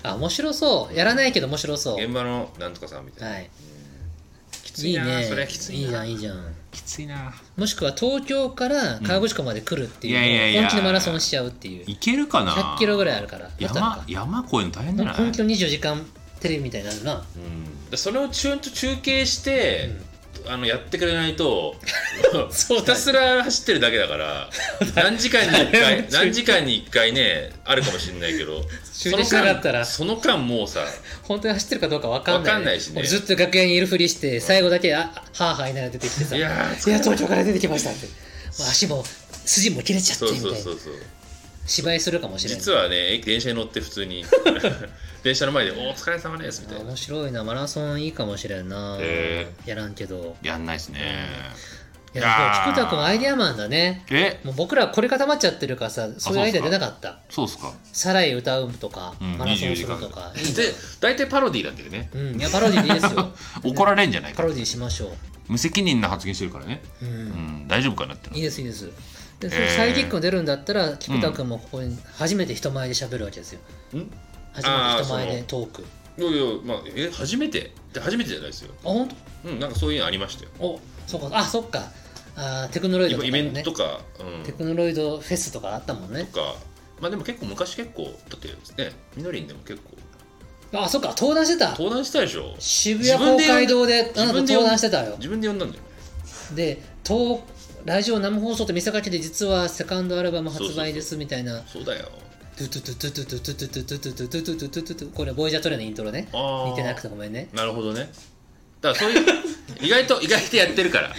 あ面白そうやらないけど面白そう現場のなんとかさんみたいな、はいきついいいなねそれはきついないじゃんいいじゃんきついなもしくは東京から河口湖まで来るっていううんいやいやいのをや本気でマラソンしちゃうっていういけるかな100キロぐらいあるからもっとある山か山越えるの大変じゃなんかない、本気の24時間テレビみたいになるなうんでそれを中と中継して、あのやってくれないと そうだねひたすら走ってるだけだから何時間に1あれも 回中継何時間に1回ねあるかもしれないけど集そ 中のしなかったら間その間もうさ本当に走ってるかどうか分かんないわかんないしね俺ずっと楽屋にいるふりして最後だけあはあはあ言いながら出てきてさ「いいややー東京から出てきました」ってもう足も筋も切れちゃってそうみたいそなうそうそう芝居するかもしれない実はね駅電車に乗って普 通に電車の前で「お疲れ様です」みあたいな面白いなマラソンいいかもしれんな、へやらんけどやんないっすねいいややー菊田君アイデアマンだねえもう僕らこれ固まっちゃってるからさそういうアイデア出なかったそうっすかサライ歌うとか、うんマラソンするとかいいで大体パロディーなんだよねなうんいやパロディでいいですよ怒られんじゃないパかロディしましょ無責任な発言してるからねううんうん大丈夫かなっていいですいいですで、そえのーサイキックが出るんだったら菊田君もここに初めて人前で喋るわけですよ、ん初めて人前でトークあいやいやまあえ初めてで初めてじゃないですよ本うんなんかそういうのありましたよ当おそうかあそっかあーテクノロイドとか、イね、ベントとかうんテクノロイドフェスとかあったもんとねかまあでも結構昔結構だってねみのりんでも結構あそっか登壇してた登壇したでしょ渋谷公会堂であ自なた分で登呼ん壇してたよ自分で呼んだんだよねで東ラジオ生放送と見せかけて実はセカンドアルバム発売ですみたいなそうだよトゥトゥトゥトゥトゥトゥトゥトゥトゥトゥトゥトゥトゥトゥトゥこれボイジャートレのイントロねあー似てなくてごめんねなるほどねだからそういう意外と意外とやってるから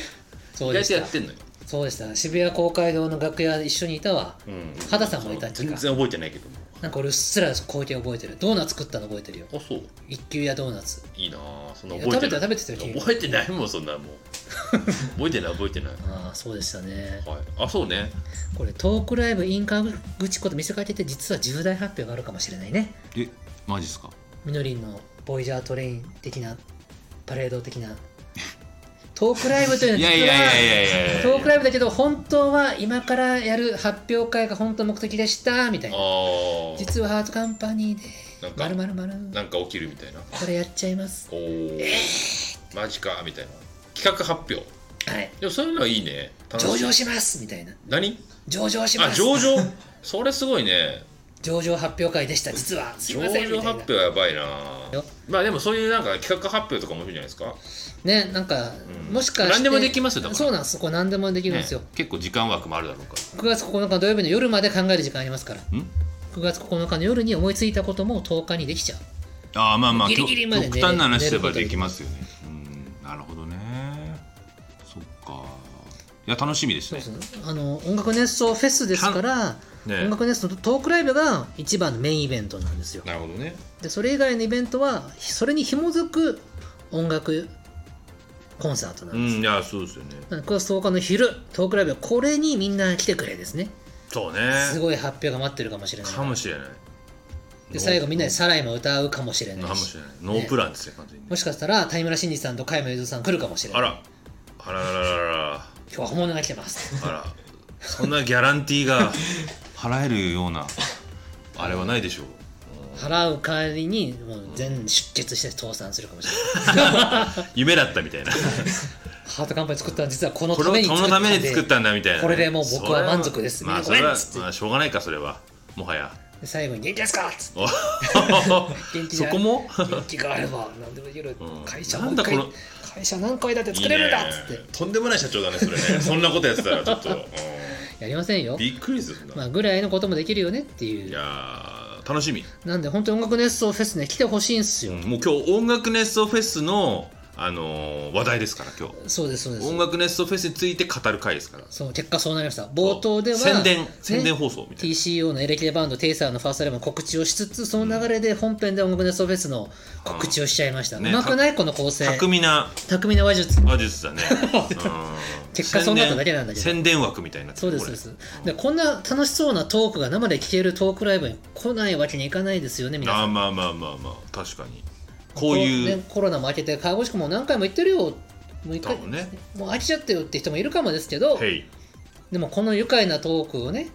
そう意で外としやたってんのよ、そうでした渋谷公会堂の楽屋一緒にいたわうん畑さんもいたっていう全か然覚えてないけどもなんか俺うっすら光景覚えてるドーナツ食ったの覚えてるよあそう一級やドーナツいいなあそんないや覚えてない食べてたよ食べてたよ君覚えてないもんそんなもう覚えてない覚えてないああそうでしたねはいあそうねこれトークライブインカー口こと見せかけて実は重大発表があるかもしれないねえマジっすかみのりんのボイジャートレイン的なパレード的 なトークライブといういのはやいやいやいやいやいやトークライブだけど本当は今からやる発表会が本当の目的でしたみたいなあ実はハートカンパニーでなんかまるまるまるあなんか起きるみたいなこれやっちゃいますおお、マジかみたいな企画発表はいでもそういうのはいいね楽しい上場しますみたいな何上場しあます上場それすごいね上場発表会でした実は すい上ませんみ場た発いな表はやばいなよまあでもそういうなんか企画発表とか面白いんじゃないですかねなんか、うんもしかして何でもできますよだからそうなんですこれ何でもできるんですよ、ね結構時間枠もあるだろうか9月9日土曜日の夜まで考える時間ありますかららん9月9日の夜に思いついたことも10日にできちゃうああまあまあギリギリまでね極端な話すればできますよねうんなるほどねそっかや楽しみですそうねですねあの音楽熱唱フェスですから、ね音楽熱唱のトークライブが一番のメインイベントなんですよなるほどねでそれ以外のイベントはそれに紐づく音楽コンサートなうんです、んいやそうですよね9月10日の昼トークライブこれにみんな来てくれですねそうすねごい発表が待ってるかもしれないかもしれないで最後みんなで「ノサライ」も歌うかもしれーなかいもししれないノープランですね完全にねもしかしたら谷村新司さんと加山雄三さん来るかもしれないあらあららららら今日は本物が来てますあらそんなギャランティーが払えるようなあれはないでしょう払う代わりにもう全出血して倒産するかもしれない夢だったみたいなハートカンパニー作ったのは実はこのこたれをめにこのために作ったんだみたいなねこれでもう僕は満足ですそれまあごそめんれはっつってまあしょうがないかそれは もはやで最後に「元気ですか?」っつってお元気じそゃこも元気があれば何でもできるうん会社な何んだ回この会社何回だって作れるんだっつっていいねとんでもない社長だねそれねそんなことやってたらちょ っと、うやりませんよんびっくりするな、まあぐらいのこともできるよねっていいうやー楽しみ、なんで本当に音楽熱奏フェスね来てほしいんすうよんもう今日音楽熱奏フェスの、あのー話題ですから今日そうですそうです音楽熱奏フェスについて語る回ですからその結果そうなりました冒頭では宣伝ね宣伝放送みたいな、 TCO のエレキレバンドテイサーのファーストライブも告知をしつつその流れで本編で音楽熱奏フェスの告知をしちゃいました、うんねうまくないこの構成巧みな巧みな話術話術 だね、うん結果そうなっただけなんだけど宣伝宣伝枠みたいになってそうるですそうですでこんな楽しそうなトークが生で聴けるトークライブに来ないわけにいかないですよね皆あさーんまあまあまあまあ確かにこういう、ねコロナも明けて川越区も何回も行ってるよもう一回多分ねもう飽きちゃったよって人もいるかもですけど「へいでもこの愉快なトークをね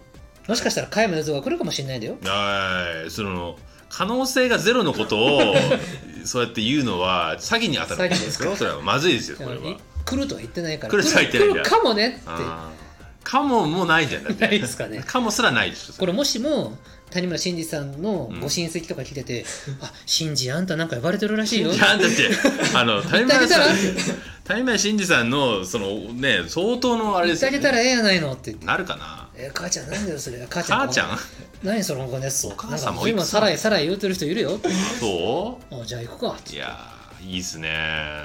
もしかしたら加山雄三が来るかもしれないんだよ」あーその可能性がゼロのことをそうやって言うのは詐欺に当たるわけですよそれはまずいですよこれは来るとは言ってないから来るとは言ってないん来だるかもねってあーかももうないじゃんだってないですかねかもすらないでしょこれもしも谷村新司さんのご親戚とか来てて「あ新司あんたなんか呼ばれてるらしいよ」いやだってあの谷村さん言って谷村新司さんのそのね相当のあれ言でっすてあよ、げたね、らええやないの」って言ってなるかな「え母ちゃんなんだよそれ母ちゃん母ちゃん何そのお金っすお母さんも今さらいさらい言うてる人いるよそあじゃあ行くかういやーいいっすね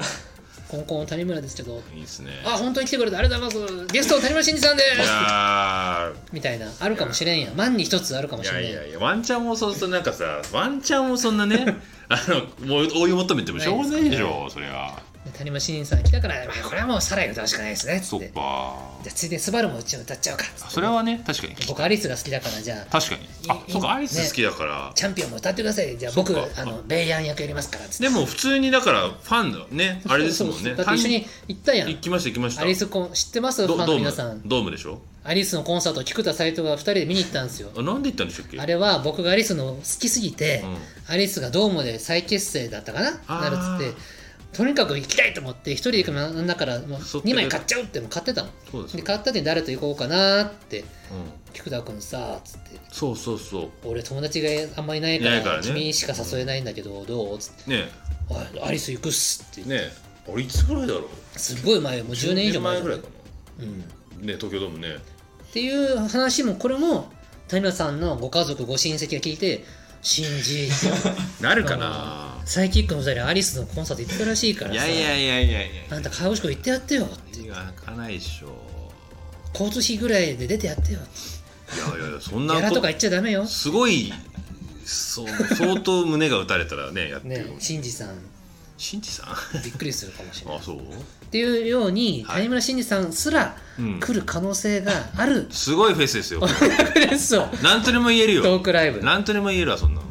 コンコンの谷村ですけどいいっすねあ本当に来てくれてありがとうございますゲスト谷村新司さんでいやーすみたいなあるかもしれんや万に一つあるかもいしれやんいやいやワンチャンもそうするとなんかさワンチャンもそん なねあのもう追い求めてもしょうがないでしょそれはで谷村新司さん来たから、まあ、これはもうさらい歌うしかないですねっつそっってじゃかあついでに「スバルもうちも歌っちゃうかっつってそれはね確かに僕アリスが好きだからじゃあ確かにあいいそうかアリねス好きだからチャンピオンも歌ってくださいじゃあそっ僕かあのベイヤン役やりますからっつってでも普通にだからファンのねあれですもんそうそうそねうだって一緒に行ったや単に行んきました行きましたアリスコン知ってますファドンドのー皆さんムドームでしょアリスのコンサートを菊田斎藤が2人で見に行ったんですよあなんで行ったんでしたっけあれは僕がアリスの好きすぎて、うアリスがドームで再結成だったかなあなるーっつってとにかく行きたいと思って一人で行くのなんだからもうそっか2枚買っちゃうってもう買ってたのそうですでよ買った時に誰と行こうかなーってうん菊田君さつってそうそうそ俺友達があんまいないかいらないからね君しか誘えないんだけどどうつってうねおいアリス行くっすって言って、ねあれいつぐらいだろうすごい前もう10年以上前10ぐらいかうん、っなね東京ドームねていう話もこれも谷村さんのご家族ご親戚が聞いて「信 じ」なるかなサイキックの2人アリスのコンサート行ったらしいからいさやいやいやいやいやあんた川口湖行ってやってよって手が開かないでしょ交通費ぐらいで出てやってよいやいやいやそんギャなラことか行っちゃダメよとすごいそう相当胸が打たれたらねやってねるえ新次さんしんちさんびっくりするかも しれないあそうっていうようにはい谷村新司さんすらうん来る可能性があるすごいフェスですよそうなんとでも言えるトよークライブなんとでも言えるわそんなの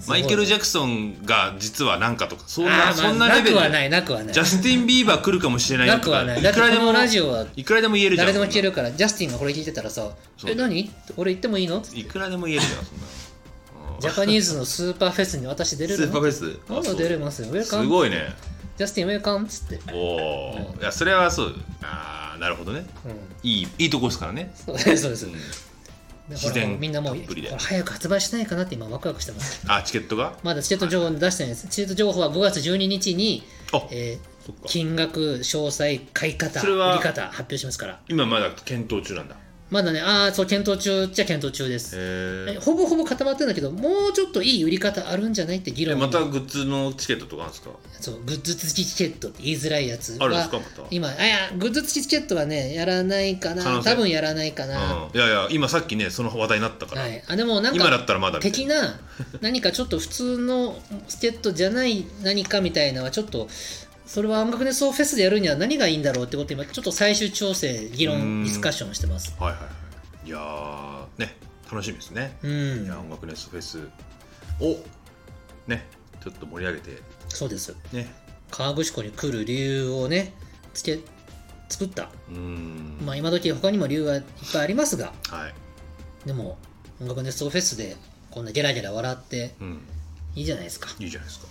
すごマいイケル・ジャクソンが実はなんかとかそんあなーまあそんなレベルなくはないなくはないジャスティン・ビーバー来るかもしれないよなとくかはないいだってくらでこのもラジオはいくらでも言えるじゃん誰でも消えそんるからジャスティンがこれ聞いてたらさ「そうえ何俺行ってもいいの?」ないくらでも言えるじゃんそんなのうんジャパニーズのスーパーフェスに私出れスるーパーのフェスまだあ出れますよウェルそカうすムごいねジャスティンウェルカムっつって、おおいやそれはそうああなるほどねうん、いいいいとこですからね そうですそうです、うんだか自らもう然みんなもうたっぷりでこれ早く発売しないかなって今ワクワクしてますあチケットがまだチケット情報出してないですチケット情報は5月12日に、あえそっかー金額詳細買い方それは売り方発表しますから今まだ検討中なんだまだねああそう検討中っちゃ検討中ですええほぼほぼ固まってるんだけどもうちょっといい売り方あるんじゃないって議え論またにグッズのチケットとかあるんですかそうグッズ付きチケットって言いづらいやつあるんですはかまた今あいやグッズ付きチケットはねやらないか可な能性多分やらないかな、うん、いやいや今さっきねその話題になったから、はい、あでもなん今だかったらまだみたい的な何かちょっと普通のチケットじゃない何かみたいなのはちょっとそれは音楽ネスをフェスでやるには何がいいんだろうってことを今ちょっと最終調整議う論んディスカッションしてますはいはいはいいやーね楽しみですね、うんいや音楽ネスフェスをねちょっと盛り上げてそうですね河口湖に来る理由をねつけ作ったうーん、まあ今時他にも理由はいっぱいありますがはい、でも音楽ネスをフェスでこんなゲラゲラ笑ってうん、いいじゃないですかいいじゃないですか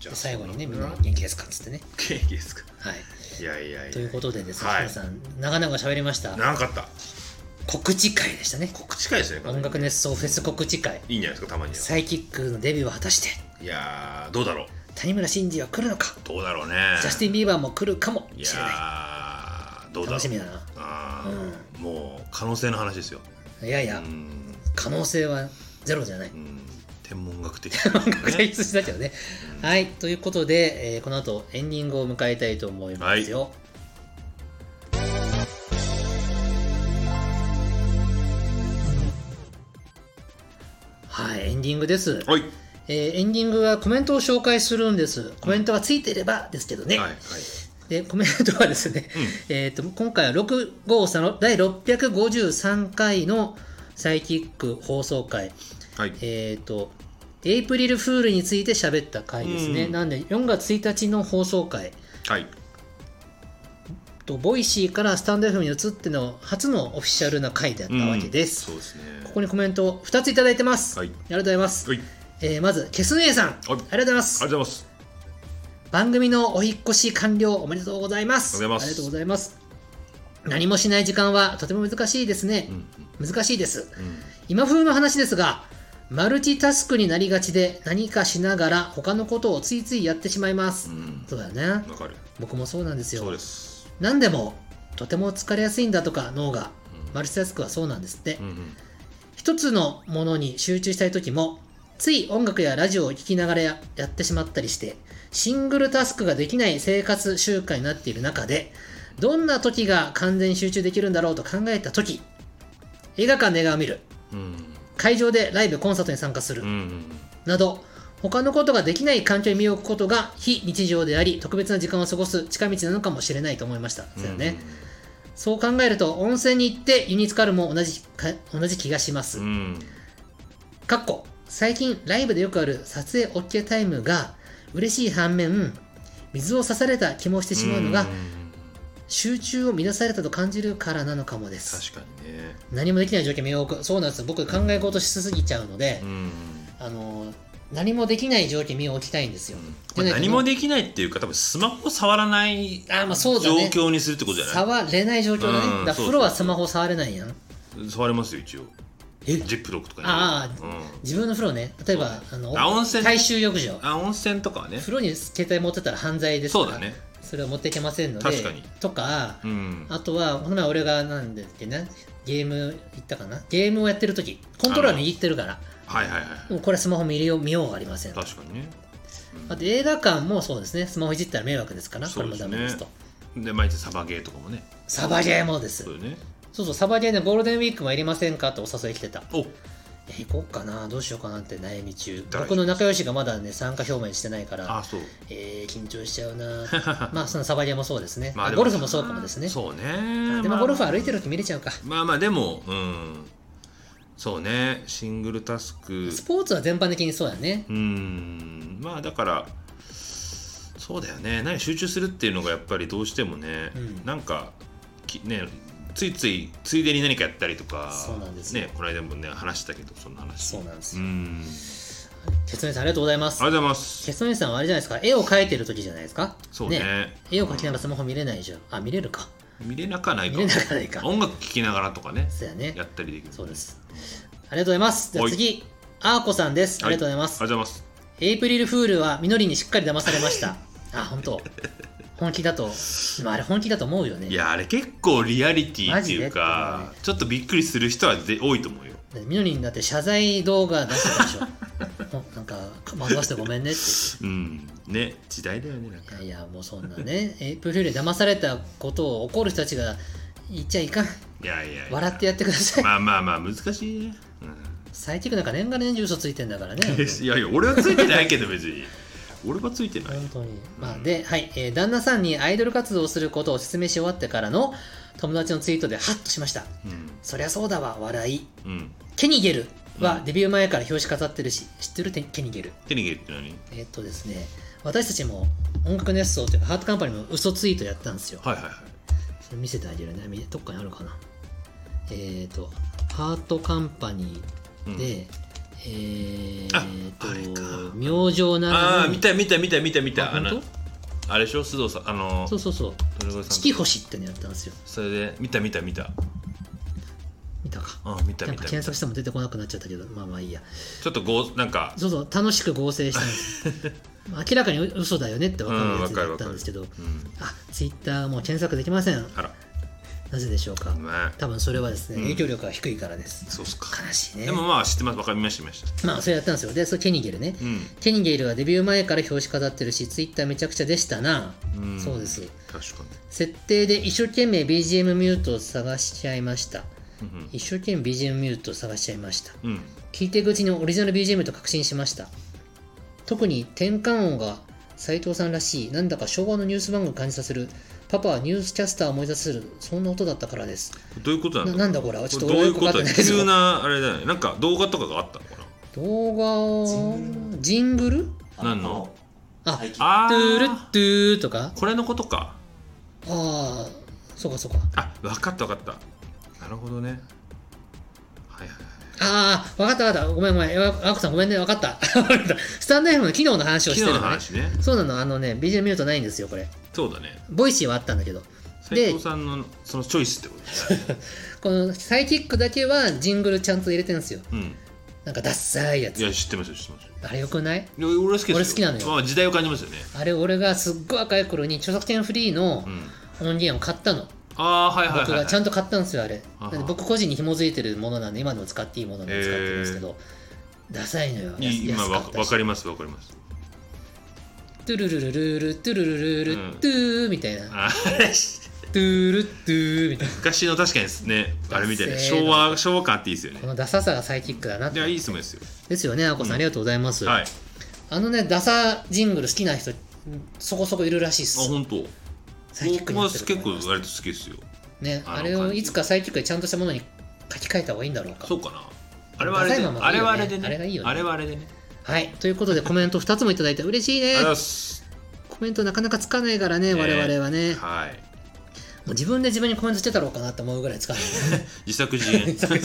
じで最後にねみんそなこか元気ですかっつってねケーキですかはいいやいやいやということでですね、はい皆さん長々喋りました長かった告知会でしたね告知会ですね音楽熱奏フェス告知会いいんじゃないですかたまにはサイキックのデビューを果たしていやーどうだろう谷村新司は来るのかどうだろうねジャスティン・ビーバーも来るかもいしれなやーどういだろ楽うしみだなあーもう可能性の話ですよいやいうやん可能性はゼロじゃないうん天文学的 音楽ね演出だけどねはいということで、えーこの後エンディングを迎えたいと思いますよ、はい、エンディングです、はいえーエンディングはコメントを紹介するんです。コメントがついてればですけどね。はいはいで、コメントはですね、 えっと、今回は6号さんの第653回のサイキック放送回、はいえっ、と、エイプリルフールについて喋った回ですね。うんなんで、4月1日の放送回、はいとボイシーからスタンド FM に移っての初のオフィシャルな回だったわけです。うんそうですねここにコメントを2ついただいてます。はいありがとうございます。はいえーまず、ケスネーさん、ありがとうございます。ありがとうございます番組のお引っ越し完了おめでとうございますおめでとうございますありがとうございます何もしない時間はとても難しいですねう、ん難しいですうんうん今風の話ですがマルチタスクになりがちで何かしながら他のことをついついやってしまいます、うんそうだよねわかる僕もそうなんですよそうです何でもとても疲れやすいんだとか脳がうんマルチタスクはそうなんですって、うんうん一つのものに集中したい時もつい音楽やラジオを聴きながらややってしまったりしてシングルタスクができない生活習慣になっている中でどんな時が完全に集中できるんだろうと考えた時映画館で映画を見るうん会場でライブコンサートに参加すうるんうんなど他のことができない環境に身を置くことが非日常であり特別な時間を過ごす近道なのかもしれないと思いました。うんだよね、そう考えると温泉に行って湯に浸かるも同じか同じ気がしますう。んかっこ最近ライブでよくある撮影 OK タイムが嬉しい反面水を刺された気もしてしまうのがん集中を乱されたと感じるからなのかもです確かにね何もできない状況に身を置くそうなんです僕考え事しすぎちゃうのでう、んあの何もできない状況に身を置きたいんですよ、まあで何もできないっていうか多分スマホを触らないあーまあ状そうだね況にするってことじゃない触れない状況だね、うだんからそうそう風呂はスマホ触れないやん触れますよ一応えジップロックとかにああうん自分の風呂ね例えばあのあ温泉大衆浴場あ温泉とかはね風呂に携帯持ってたら犯罪ですからそうだねそれは持っていけませんので確かにとかうんあとは、この前俺がなんだっけな、ゲーム行ったかなゲームをやってる時コントローラー握ってるから、はいはいはいもうこれはスマホ見るよ見ようがありません。あ確かにねうんと映画館もそうですね、スマホいじったら迷惑ですから、これもダメですそとう。で毎日サバゲーとかもねサバゲーもです。そうよねそうそう、サバゲーね、ゴールデンウィークもやりませんかってお誘い来てた。おえ、行こうかな、どうしようかなって悩み中。大丈夫僕の仲良しがまだね、参加表明してないから、あそうえー、緊張しちゃうな。 まあ、そのサバゲーもそうですね。まあでもゴルフもそうかもですね。そうねでもゴルフ歩いてる時見れちゃうか。まあまあでもうんそうねシングルタスクスポーツは全般的にそうやね。うんまあだからそうだよね何集中するっていうのがやっぱりどうしてもね、うんなんかきねついついついでに何かやったりとかそうなんですよねこの間もね話したけどそんな話そうなんですようんケツネさんありがとうございますあ。りがとうございますケツネさんはあれじゃないですか、絵を描いてる時じゃないですか。そうね絵を描きながらスマホ見れないじゃん。あ、見れるか。見れなかないか見れなかないか音楽聴きながらとかねそうやねや。ったりできるそうです。ありがとうございます。じゃあ次、アーコさんです。ありがとうございます。ありがとうございます エイプリルフールはみのりにしっかり騙されました。あ、本当。本気だとでもあれ本気だと思うよねいやあれ結構リアリティっていうマジでかっちょっとびっくりする人はで多いと思うよだってみのりんだって謝罪動画出してたで しょほなんか惑わせてごめんねってうんね時代だよねなんかいやもうそんなねエイプリルで騙されたことを怒る人たちが言っちゃいかんいやいやいや笑ってやってくだ さいまあまあまあ難しいね、う最低なんか年がら年中嘘ついてんだからねん、いやいや俺はついてないけど別に俺はついてないよ本当に、まあ、で、はいえー旦那さんにアイドル活動をすることを説明し終わってからの友達のツイートでハッとしましたそりゃそうだわ笑いうん、うん、ケニゲルうはんデビュー前から表紙飾ってるし知ってるてケニゲル手に入れって何えーっとですね私たちも音楽熱奏というかハートカンパニーも嘘ツイートやったんですよはいはいはいそれ見せてあげるねみどっかにあるかなえー、とハートカンパニうんーで、えあー、とあれか明星なああ見た見た見た見た見たああの本あれでしょ須藤さんあの当そうそうそう鳥越さん月星ってのやったんですよそれで見た見た見た見たかあ見たなん見かた検索しても出てこなくなっちゃったけどまあまあいいやちょっとごなんかそうそう楽しく合成したんです 明らかに嘘だよねって分かるやつだうんわかるわっかたるんですけど、うんあツイッターもう検索できませんあらなぜでしょうかごめん多分それはですね、うん影響力が低いからですそうっすか悲しいねでもまあ知ってますわかりました見ましたまあそれやったんですよでそれケニゲルね、うんケニゲルはデビュー前から表紙飾ってるしツイッターめちゃくちゃでしたな、うんそうです確か設定で一生懸命 BGM ミュートを探しちゃいましたにうん一生懸命 BGM ミュートを探しちゃいましたうんうん聞いていくうちにオリジナル BGM と確信しました特に転換音が斉藤さんらしいなんだか昭和のニュース番組を感じさせるパパはニュースキャスターを思い出せるそんな音だったからですどういうことなんだななんだこれはちょっとどういう俺こよくわかとってだないよですよ急なあれだよねなんか動画とかがあったのかな動画をジングル何のあ、最近あトゥルあットゥーとかこれのことかああそうかそうかあ分かった分かったなるほどねはいはいああ分かった分かったごめんごめんああこさんごめんね分かった スタンド F の機能の話を昨して日るののね話ねそうなのあのね BGM ミュートないんですよこれそうだねボイシーはあったんだけどで斉藤さんのそのチョイスってことですねこのサイキックだけはジングルちゃんと入れてるんですようんなんかダッサいやいつや知ってますよ知ってますよあれよくないいや俺は好きですよ俺好きなのよまあ時代を感じますよねあれ俺がすっごい赤い頃に著作権フリーのうん音源を買ったのああーはいはいはい僕はいがちゃんと買ったんですよあれあはなんで僕個人に紐づいてるものなんで今でも使っていいものなんで使ってるんですけどダサいのよいい今安わかった分しかります分かりますトゥルルルルルトゥルルルルうんトゥーみたいなあれトゥルトゥーみたいな昔の確かにですねあれみたいなダッセーな昭和昭和感あっていいですよこねのダサさがサイキックだなっいやていい質問ですよですよねあこさんありがとうございますはいああのねダサジングル好きな人そこそこいるらしいっす本当サイキック僕になはって結ると思い構ます割と好きですよね、あのあれをいつかサイキックでちゃんとしたものに書き換えた方がいいんだろうか。そうかなあれはあれダで、サいままあれはあれでねあれがいいよねあれはあれでねはい、ということでコメント2つもいただいて嬉しいありねがとうございますコメントなかなかつかないからね、ね我々はね。もはい。う自分で自分にコメントしてたろうかなって思うぐらいつかないね自作自 演。さっき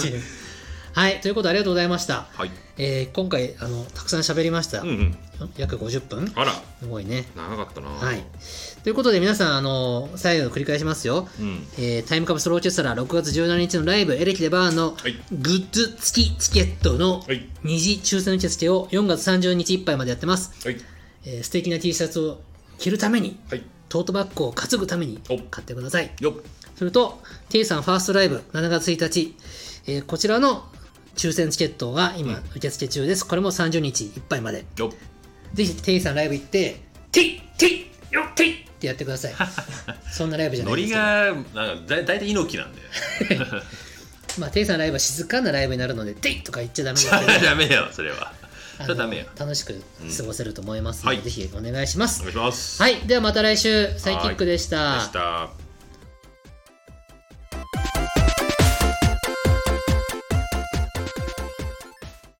はい、ということでありがとうございました。はい。えー今回あの、たくさん喋りました。うんうん。約50分あら、すごいね。長かったな。はい。ということで皆さん、あの最後繰り返しますよ。うん。えータイムカプセルオーケストラ6月17日のライブエレキでバーンのはい。グッズ付きチケットのはい。二次抽選受付を4月30日いっぱいまでやってます、はい。えー素敵な T シャツを着るためにはい。トートバッグを担ぐためにお買ってくださいよっ。それと T さんファーストライブ7月1日、えーこちらの抽選チケットが今受付中です、これも30日いっぱいまでよっ。ぜひ T さんライブ行って「ティッティッよっティッ!」ってやってく ださいそんなライブじゃなノいでリすけどが、なんか、だ大体猪木 なんで。 まあ T さんライブは静かなライブになるので「ティッ!」とか言っちゃダメですそけれどはダメよ、それは。そあれのはダメよ。楽しく過ごせると思いますので、うんはぜいひお願いしますお願いします。はい、ではまた来週、サイキックでした。でした。